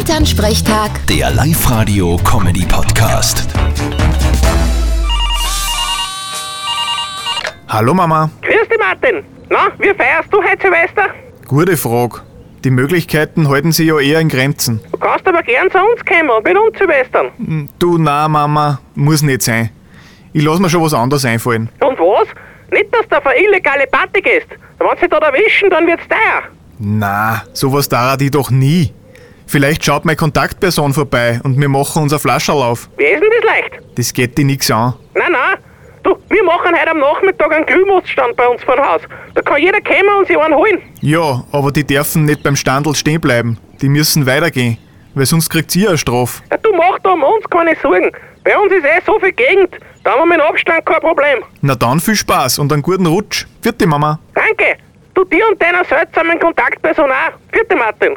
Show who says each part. Speaker 1: Elternsprechtag,
Speaker 2: Der Live-Radio-Comedy-Podcast.
Speaker 3: Hallo Mama.
Speaker 4: Grüß dich, Martin. Na, wie feierst du heute Silvester?
Speaker 3: Gute Frage. Die Möglichkeiten halten sich ja eher in Grenzen.
Speaker 4: Du kannst aber gern zu uns kommen und mit uns Silvestern.
Speaker 3: Du, na Mama, muss nicht sein. Ich lass mir schon was anderes einfallen.
Speaker 4: Und was? Nicht, dass du auf eine illegale Party gehst. Wenn sie da erwischen, dann wird's teuer.
Speaker 3: Na, sowas darf ich doch nie. Vielleicht schaut meine Kontaktperson vorbei und wir machen unser Flascherl auf.
Speaker 4: Wie ist denn das leicht?
Speaker 3: Das geht dir nix an.
Speaker 4: Na, na. Du, wir machen heute am Nachmittag einen Glühmuststand bei uns vor dem Haus. Da kann jeder kommen und sich einen holen.
Speaker 3: Ja, aber die dürfen nicht beim Standel stehen bleiben. Die müssen weitergehen, weil sonst kriegt sie eine Strafe.
Speaker 4: Ja, du mach da um uns keine Sorgen. Bei uns ist eh so viel Gegend. Da haben wir mit dem Abstand kein Problem.
Speaker 3: Na dann viel Spaß und einen guten Rutsch. Vierte Mama.
Speaker 4: Danke. Du dir und deiner seltsamen Kontaktperson auch. Vierte Martin.